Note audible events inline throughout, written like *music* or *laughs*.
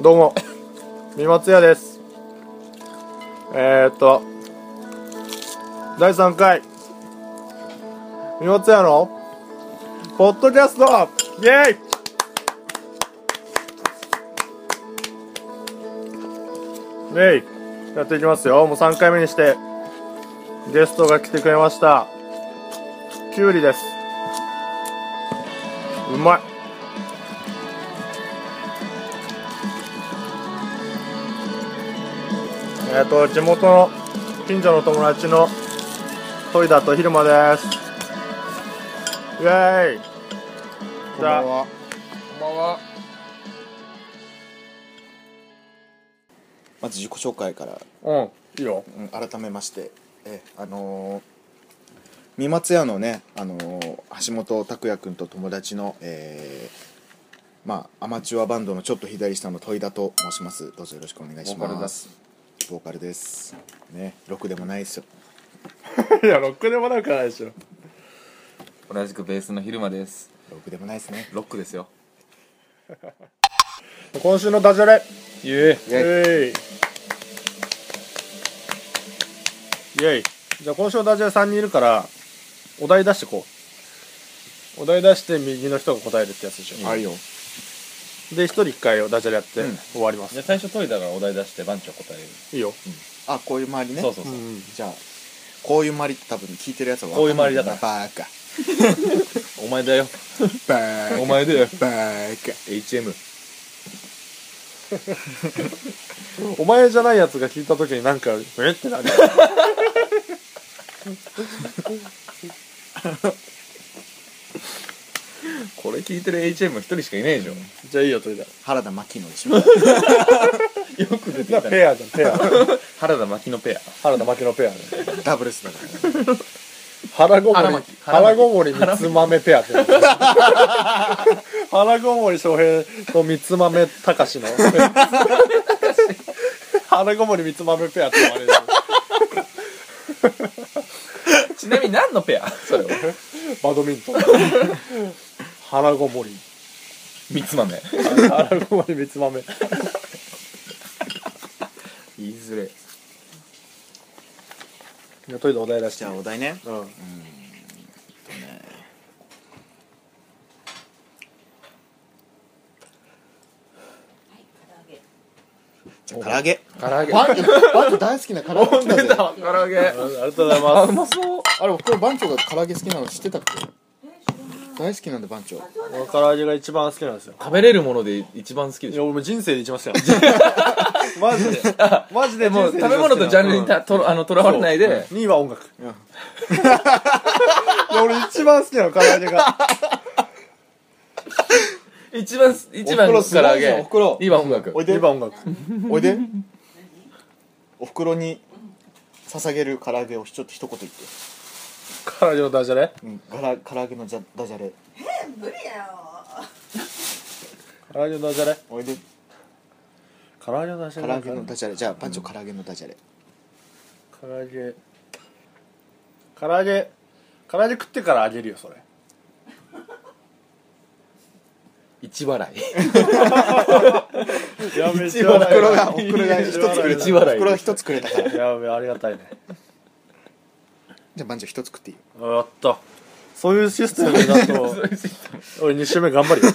どうも三松屋ですえー、っと第3回三松屋のポッドキャストイエイイエイやっていきますよもう3回目にしてゲストが来てくれましたきゅうりですうまいえっ、と地元の近所の友達のトイダと昼間ですイエーイこんじばんゃあは。こんばんは。まず自己紹介から、うんいいようん改めましてえあのー、三松屋のね、あのー橋本拓也君と友達の、えーまあ、アマチュアバンドのちょっと左下の戸井田と申しますどうぞよろしくお願いしボーカルまだすボーカルですねろくでもないですよ *laughs* いやロックでもなくないでしょ同じくベースの昼間です。ろくでもないですねロックですよ。今週のダジャレえイエーイイエーイじゃあ今週のダジャレ3人いるからお題出してこうお題出して右の人が答えるってやつでしょ、はいよで1人1回をダジャレやってうん終わります、じゃあ最初トイだからお題出して番長答える、いいよ、あこういう周りねそうそうそう、じゃあこういう周りって多分聞いてるやつはこういう周りだからバーカお前だよバーカお前だよバー HM。お前じゃないやつが聞いた時になんかえってなるこれ聞いてる HM 一人しかいないでしょ。じゃあいいよとりだカ原田真希ので *laughs* しょよく出てきなたねペアじゃんペア原田牧のペア。原田巻のペアねダブルスだから腹ごも腹り巻き腹ごもり三つ豆ペアって *laughs* 腹ごもり翔平と三つ豆隆の *laughs* 腹ごもり三つ豆ペアって言われるちなみに何のペア？それは。バドミントン腹ごもり三つ豆。腹ごもり三つ豆言いずれ。いやとりあえずお題出しじてゃあお題ねうんじゃあ唐揚げ唐揚げあバンチョバンチョ大好きな唐 *laughs* 揚げ来たぜ唐揚げ。りがとうございますうまそう。あれ僕バンチョが唐揚げ好きなの知ってたっけ大好きなんだ番長この唐揚げが一番好きなんですよ食べれるもので一番好きでいしやょ。俺も人生で一番好きなの *laughs* マジで *laughs* マジでもう食べ人生で一番好きな物とジャンルにたとあのとらわれないで。 2位は音楽、いや俺一番好きなの唐揚げが一番一お番ふくろ唐揚すごいじゃんおげふくろ。二番音楽。おい2で番音楽おいでおふくろに捧げる唐揚げをちょっと一言言って、唐揚げのダジャレうん、から唐揚げのじゃダジャレ無理だよ唐揚げのダジャレおいで唐揚げのダジ唐ャレ揚げのダジャレじゃあ番長唐揚げのダジャレ唐揚げ唐揚げ唐揚げ食ってからあげるよそれ一笑い。やべおふくろがおふくろが一つくれた一笑いおふくろが一つくれたからじやべありがたいねゃあ番長一つ食っていいよやったそういうシステムだと俺2週目頑張るよ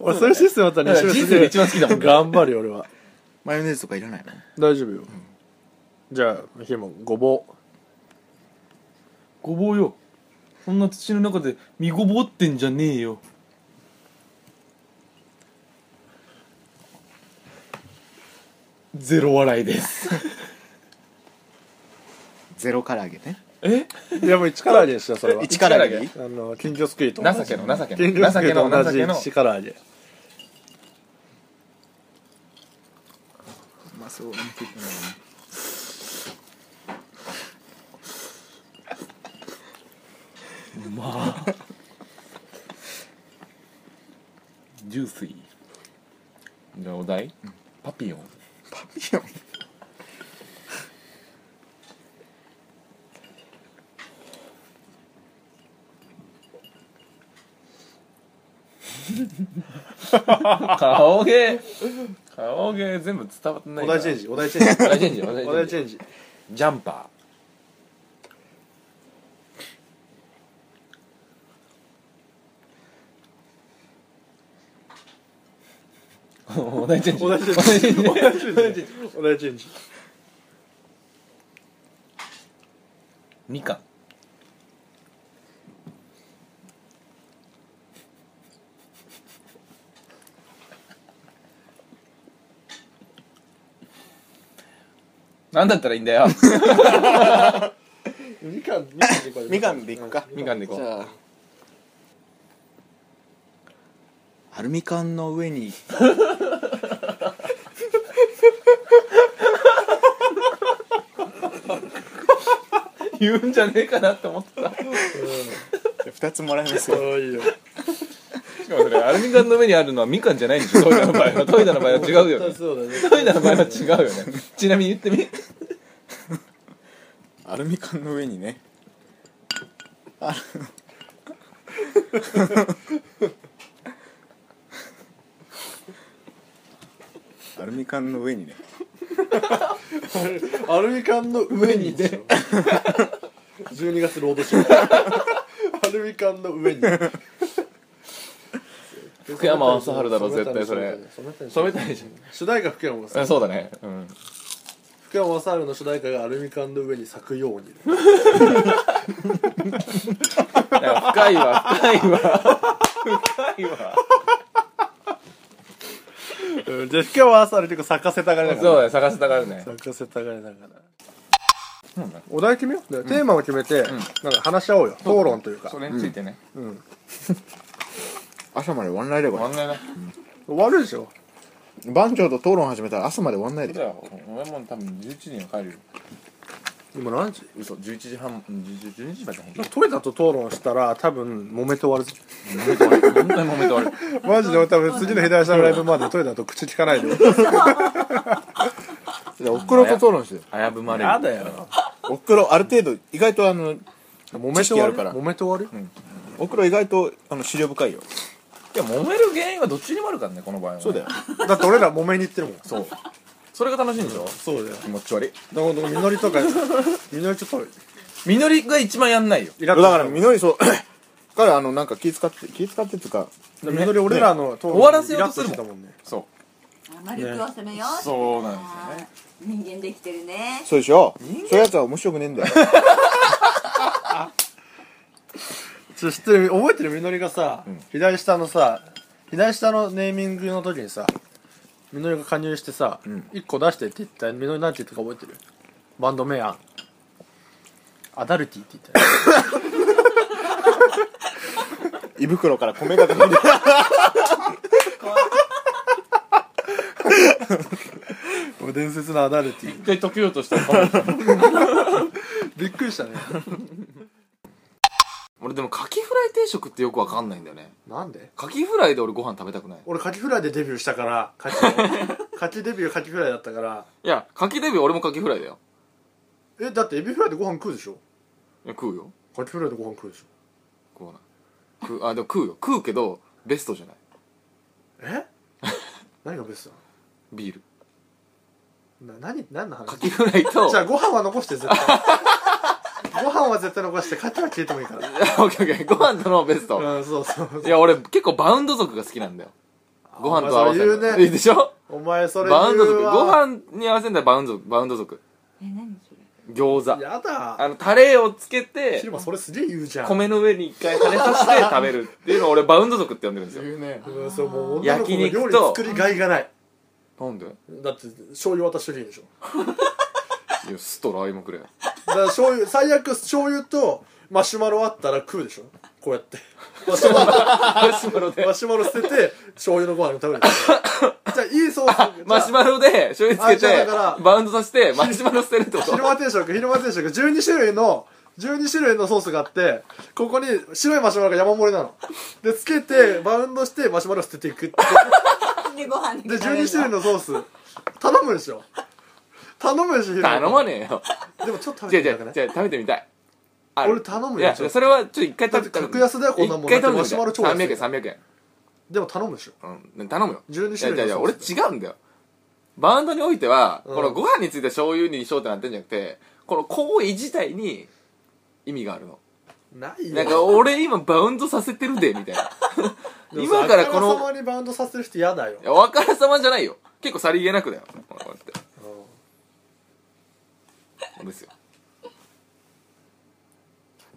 俺そういうシステムだったら2週目人生で一番好きだもん。頑張るよ俺はマヨネーズとかいらないの大丈夫よ、じゃあひもごぼうごぼうよそんな土の中で身ごぼってんじゃねえよゼロ笑いです。ゼロ唐揚げねいやもう一から揚げですよそれは一唐揚げ一あの金魚すくいと同じ情けの情け金の魚す情くいけとの同情じけの一から揚げうまそうジューシーじゃあお題、パピヨンパピヨン顔芸顔芸全部伝わってないおから題チェンジお題チェンジお題チェンジお題お題チチェンェンジジジャンパー *laughs* お題チェンジお題チェンジお題チェンジお題チェンジみかんなんだったらいいんだよみかんみかんでいこうみかんでいくかみかんでいこじうゃあアルミ缶の上に言うんじゃねえかなって思ってた2つもらいますかよわいいよしかもそれアルミ缶の上にあるのはみかんじゃないんでしょトイレの場合はトイレの場合は違うよねそうだねトイレの場合は違うよねちなみに言ってみアルミ缶の上にねあのアルミ缶の上にねアルミ缶の上にね12月労働ショーアルミ缶の上に福山雅治だろ絶対それそ染れめたいじ主題歌福山雅治ゃんそうだねうん福山雅治の主題歌がアルミ缶の上に咲くようにいや深いわ深いわ深いわうんじゃあ福山雅治っていうか咲かせたがりだからそうだね探したからね咲かせたがりだからお題決めよう、テーマを決めて、なんか話し合おうよ討論というかそれについてね朝まで終わんないでこ問題な終わるでしょれ番長と討論始めたら朝まで終わんないじでゃあ俺も多分11時には帰るよ今何時嘘11時半10 12時までトイレと討論したら多分揉めて終 *laughs* わるぞ本当に揉めて終わるマジで俺多分次の左下のライブまでトイレだと口利かないでおふくろと討論してよ危ぶまれるやだよおふくろある程度意外とあの揉知めて識終あわるるから揉めて終わるよ、おふくろ意外とあの資料深いよいや揉める原因はどっちにもあるからねこの場合はねそうだよだって俺ら揉めに行ってるもんそうそれが楽しいんでしょそうだよ気持ち悪いだからみのりとかみのりちょっとみのりが一番やんないよイだラッとからみのりそう *coughs* からあのなんか気使って気使ってっていうかみのり俺らの討論終わらせようとすイラッしてるもんたもんねそマリクを責めようそうなんですよねう人間できてるねそうでしょそういうやつは面白くねえんだよ *laughs* ちょ知ってる覚えてるみのりがさ、左下のさ左下のネーミングの時にさみのりが加入してさ、一1個出してって言ったみのりなんて言ったか覚えてるバンド名案アダルティって言ったよ胃袋から米が出てるもう伝説のアダルティ一回溶けようとしたら噛まれたびっくりしたね俺でもカキフライ定食ってよくわかんないんだよねなんでカキフライで俺ご飯食べたくない俺カキフライでデビューしたからカキ *laughs* カキデビューカキフライだったからいやカキデビュー俺もカキフライだよえだってエビフライでご飯食うでしょいや食うよカキフライでご飯食うでしょ食わない食うあでも食うよ食うけどベストじゃない *laughs* え何がベストビールなのな何何の話カキフライ *laughs* とじゃあご飯は残して絶対 *laughs* ご飯は絶対残してカキは消えてもいいからオッケーオッケーご飯とのベストうんそうそうそういや俺結構バウンド族が好きなんだよご飯と合わせあるそれ言うのねいいでしょお前それ言うバウンド族ごわ飯に合わせるんだよバウンド族バウンド族え何それ餃子やだあのタレをつけてシルバそれすげえ言うじゃん米の上に一回跳ねさして食べるっていうのを俺バウンド族って呼んでるんですようねうんそうもう女の子の焼料肉理と作りがいがないなんでいだって醤油渡しときゃいいでしょや酢とラー油もくれだから醤油最悪醤油とマシュマロあったら食うでしょこうやって *laughs* マシュママシュマロロでマシュマロ捨てて醤油のご飯を食べるでしょじゃあいいソー *laughs* スマシュマロで醤油つけあじゃあだてからバウンドさせてマシュマロ捨てるってこと昼間定食昼間定食12種類の12種類のソースがあってここに白いマシュマロが山盛りなのでつけてバウンドしてマシュマロ捨てていくってでご飯にで12種類のソース頼むでしょ頼むでしょ昼間頼まねえよでもちょっと食違うべてみたくない違う違う食べてみたいある俺頼むいよやちょっそれはちょっと一回だっ食てべて格安だよこんなもん一回食べてだってマみシたュいマロ超安い300円300円でも頼むでしょうん、頼むよ12い種類やいやいやのソ俺ース違うんだよバウンドにおいては、うんこのご飯について醤油にしようってなってんじゃなくてこの行為自体に意味があるのないよなんか俺今バウンドさせてるでみたいな今からこあのからさまにバウンドさせる人嫌だよいやわからさまじゃないよ結構さりげなくだよこうやってですよ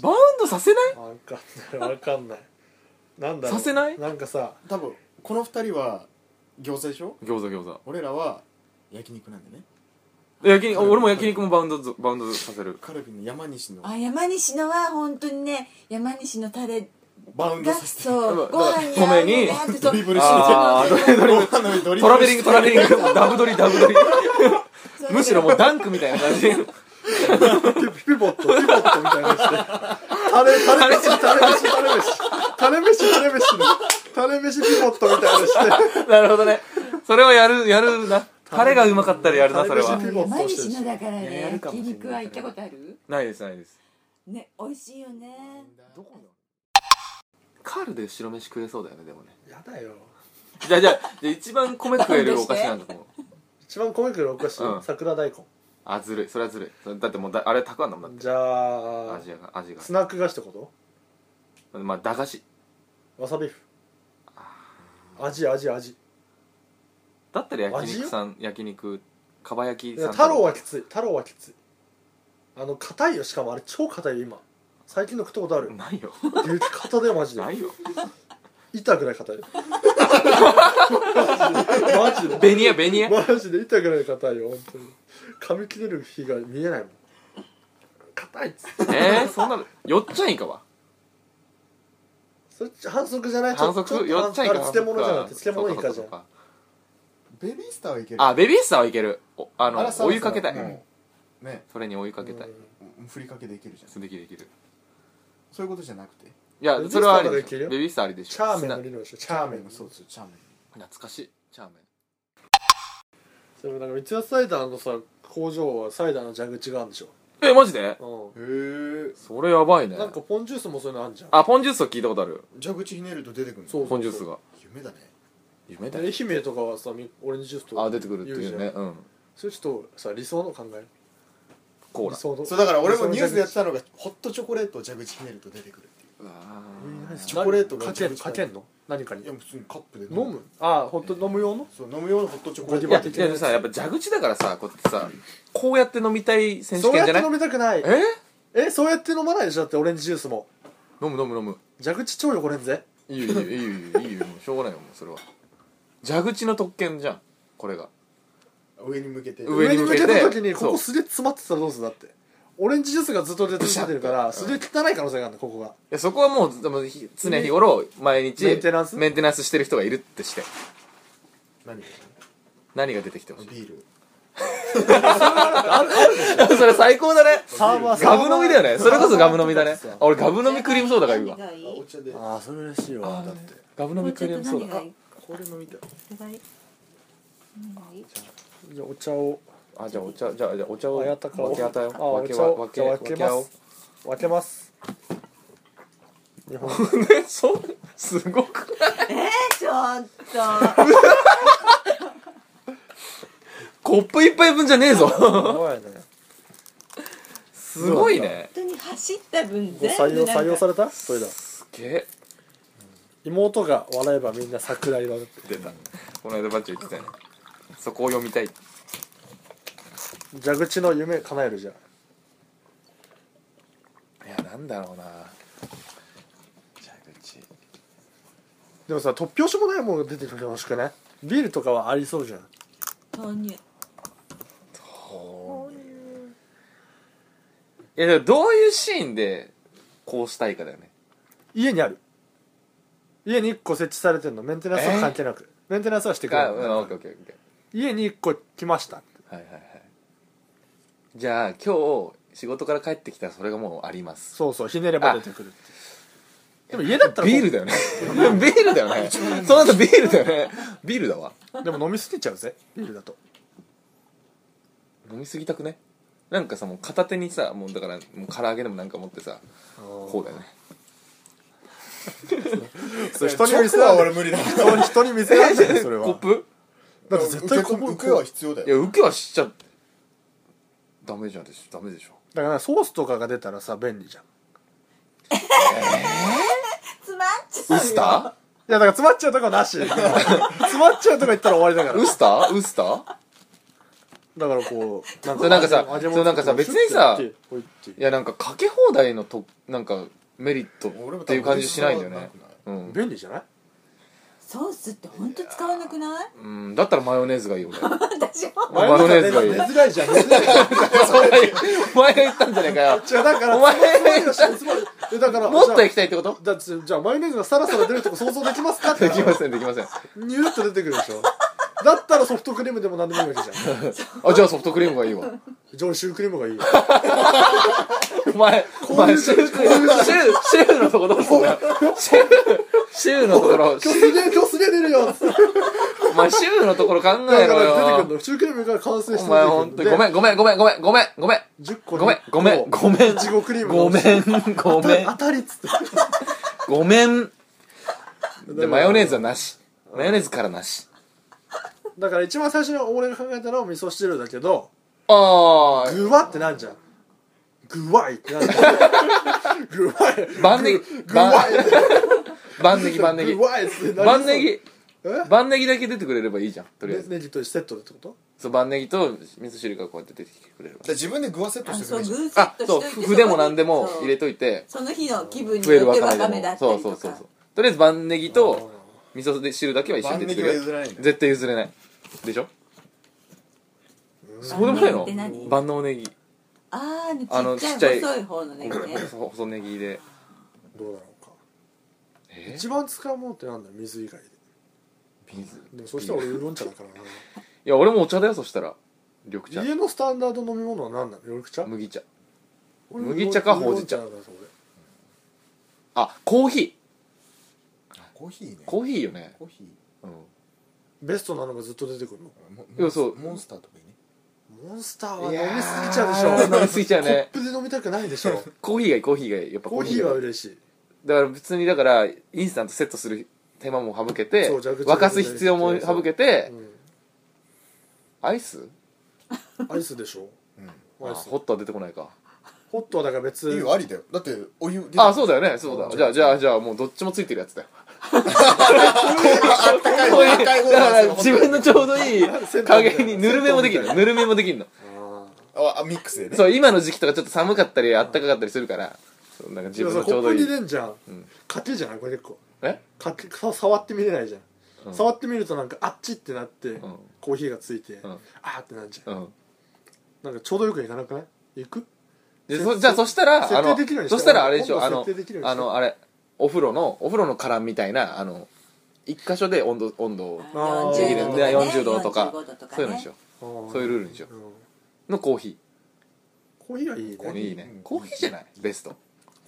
バウンドさせない分かんない分かんないなんだろうさせないなんかさ多分この二人は餃子でしょ餃子餃子俺らは焼肉なんでね焼肉俺も焼肉もバウンドぞバウンドさせるカルビの山西のあ山西のは本当にね山西のタレバウンドがさせてそうご飯にごめんに合うのがあってそうドリブルしてあードリブルの上にドリトブラルベしリてングトラベリングもうダブドリダブドリそうむしろもうダンクみたいな感じピでボットピボットみたいなのしてタレタレ飯タレ飯タレ飯タレ飯タレ飯のタレ飯ピボットみたいなのしてなるほどねそれをやるやるなタレがうまかったらやるなそれタはレ飯山西のだからやるねかも焼しれない肉は行ったことあるないですないですね美味しいよねどこよカールで白飯食えそうだよねでもねやだよじゃあじゃあじゃあ一番米食えるお菓子なんだと思う一番米食うお菓子、うん桜大根あずるいそれはずるいそれだってもうだあれたくあんだもんだってじゃあ味が味スがナック菓子ってことまあ駄菓子わさビーフ味味味だったら焼肉さん焼肉かば焼いきやさん太郎はきつい太郎はきついあの硬いよしかもあれ超硬いよ今最近の食ったことあるないよ激硬だよマジでないよ痛くらい硬い *laughs* マジ *laughs* でベニヤベニヤマジで痛くらい硬いよ本当に噛み切れる日が見えないもん硬いっつってえー、そんなのよっちゃんいかはそれ反則じゃない反ちょ則ちょよっっちゃとんいあかれ漬物じゃなくてそっ漬物イかカそじっゃかそっんかベビースターはいけるあベビースターはいけるおああのらさお湯かけたい、もうねそれにお湯かけたい、ふりかけでいけるじゃんできるできるそういうことじゃなくていやベビースターそれはありとかいけでしるよょベビースターありでしょチャーメンなの理論でしょチチャャーーメメンンのもそうですよチャーメン懐かしいチャーメンそれなんか三ツ矢サイダーのさ工場はサイダーの蛇口があるんでしえマジでょ、へえそれやばいねうん、なんかポンジュースもそういうのあるじゃんあポンジュースは聞いたことある蛇口ひねると出てくるのそうポンジュースが夢だね夢だ愛よ媛とかはさみオレンジジュースとかあ出てくるっていう言ねじゃんうんそれちょっとさ理想の考えコー理ラ想のそうだから俺もニュースでやってたのがホットチョコレートを蛇口ひねると出てくるっていううわチチョョココレレーートトががかけん自分かけんの何かにいやもう普通にカップで飲むああほんと飲む用のそう飲む用のホットチョコレーゴトディバ的ーいやでもさやっぱ蛇口だからさこうやってさこうやって飲みたい選手そう権やっじゃてない飲みたくないええそうやって飲まないでしょだってオレンジジュースも飲む飲む飲む蛇口超汚れんぜいいよいいよいいよいいよいいよもうしょうがないよもうそれは蛇口の特権じゃんこれが上に向けて上上に向けた時にそうここすげえ詰まってたらどうするだってオレンジジュースがずっと出てきてる *laughs* からすげえ汚い可能性があるんだここがいやそこはもうでもひ常日頃毎日メンテナンスメンテナンスしてる人がいるってして何ビ何が出てきてほしい *laughs* ールそれ最高だねサーバーガブ飲みだよねそれこそガブ飲みだねサーバー俺ガブ飲みクリームソーダがいいわ何がいあおい茶でああそれ嬉しいわだってガブ飲み紅ク茶リーとムソ何ーがダいいこれ飲みたい何がいい何がいいじゃあお茶をああじゃあお茶じゃあじゃあお茶をあや分ったかおけ与えよあお分け茶はを分じけゃあ分分けけ合おまうす分けます日本ねそうすごくちょっとコップ一杯分じゃねえぞ *laughs* 怖いねすごいね本当に走った分ご全部採用なんか採用されたそれだすげえ妹が笑えばみんな桜色だって出たこの間バッチョ言ってたよねそこを読みたい蛇口の夢叶えるじゃんいやなんだろうな蛇口でもさ突拍子もないものが出てくるの欲しくないビールとかはありそうじゃん豆乳いやでもどういうシーンでこうしたいかだよね家にある家に1個設置されてんのメンテナンスは関係なくメンテナンスはしてくれがるうんのオッケーオッケーオッケ家に1個来ましたーはいはいはいじゃあ今日仕事から帰ってきたらそれがもうありますそうそうひねれば出てくるっていうでも家だったらビールだよねビールだよねその後ビールだよねビールだわでも飲みすぎちゃうぜビールだと飲みすぎたくねなんかさもう片手にさもうだからもう唐揚げでもなんか持ってさこうだよねそれ人に見せられ俺無理だない人に見せられ *laughs* ないそれコッはプだって絶対こぼ受けは必要だいよや受けはしちゃダメじゃんでしょダメでしょだからソースとかが出たらさ便利じゃんいつまっちゃウうよスタやだから詰まっちゃうとこなし詰まっちゃうとこ言ったら終わりだかーらウスターウスターだからこうなそれなんかさそれなんかさ別にさこう言っていやなんかかけ放題のとなんかメリットっていう感じしないんだよねうん、便利じゃないソースってほんと使わなくないうん、だったらマヨネーズがいいよ俺私も *laughs* マヨネーズがいい出づらいじゃん出づらい *laughs* お前が言ったんじゃないかよじゃあだからお前つまりえだからもっとじ液体ってことゃあじゃあじゃあマヨネーズがサラサラ出るとこ想像できますかってできませんできませんニュルッと出てくるでしょだったらソフトクリームでも何でもいいわけじゃんあじゃあソフトクリームがいいわジョンシュークリームがいいよお前お前シューシューのとこどうすんだよシューシューのところ今日すげえ今日すげえ出るよっつってお前シューのところ考だから出えろてくるよのシュークリームから完成してお前ほんとにごめんんごめんごめんごめんごめんごめん10個ごめんごめんごめんいちごクリームごめんごめん当たりっつってごめん *laughs* でマヨネーズはなしマヨネーズからなしだから一番最初に俺が考えたのは味噌汁だけどああ具はってなんじゃん具はいってなんじゃん *laughs* 具はい万ネギ万万ネギ万ネ *laughs* ギ具はいっつって何万ネギえ万ネギだけ出てくれればいいじゃんとりあえねずネギとセットでってことそう万ネギと味噌汁がこうやって出てきてくれれば自分で具はセットあしてくそれうるじゃんグーセッあトしそとういて筆でも何でもそう入れといてその日の気分に増えるよわってかわめでかめだもったそりうそうとそうかそうとりあえず万ネギと味噌汁だけは一緒に出てくるよ万ネギは譲らないんだ絶対譲れないでしょそうでもないの万ネギって何万能ネギあああのちちっっちちゃゃいい細い方のね細細ネギでどうだろうかえ一番使うもんってなんだよ水以外で水いでもそしたら俺ウーロン茶だからや俺もお茶だよそしたら緑茶な家のスタンダード飲み物は何なの緑茶麦茶俺麦茶かほうじ茶ウーロンだぞ俺あコーヒコーヒーねーコーヒーよねコーヒうんベストなのがずっと出てくるのーモいやそうモンスターとかいいねモンスターは飲みすぎちゃうでしいやょー飲みすぎちゃう *laughs* ねコップで飲みたくないでしょコーヒーが *laughs* いいコーヒーがいいやっぱコーヒーはがいい嬉しいだから普通にだからインスタントセットする手間も省けてそう蛇口沸かす必要も省けてうアイスんアイスでしょアあイスホットは出てこないかホットはだから別いいよありだよだってお湯あうそうだよねそうだじゃあじゃあじゃあもうどっちもついてるやつだよあったかいこういうあったかい方だからが *laughs* 自分のちょうどいい加減にぬるめもできる銭湯みたいなぬるめもできるのああミックスでねそう今の時期とかちょっと寒かったりあったかかったりするからそうなんか自でも分さコのちップょうどいにい出んじゃんん勝手じゃないこれ結構えかけさ触ってみれないじゃん、うん触ってみるとなんかあっちってなって、んコーヒーがついて、んあーってなっちゃう、うんなんかちょうどよくいかなくない行くでせそじゃあそしたら設定あのできるようにしてそしたらあれでしょあ温度の設定できるようにしあてのあれお風呂のお風呂の殻みたいなあの一箇所で温度温度をあーできる40ん度でね40度とか45度とかそういねうのにしようそういルール、うルールにしようんうのコーヒコーヒーはいいねーいいねうんコーヒーじゃないベスト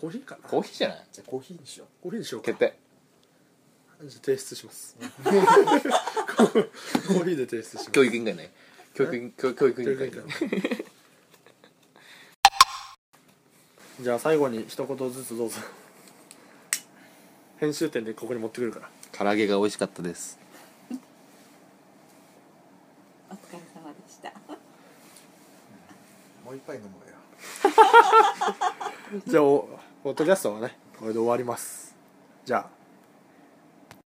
コーヒーかなココーヒーじゃないじゃあコーヒーにしよーヒーにしようか決定じゃあ提出します *laughs* コーヒーで提出します教育委員会ね教育委員教教育委員会 *laughs* じゃあ最後に一言ずつどうぞ編集点でここに持ってくるから唐揚げが美味しかったですお疲れ様でしたうもう一杯飲もうよじゃあおポッドキャストはねこれで終わりますじゃあ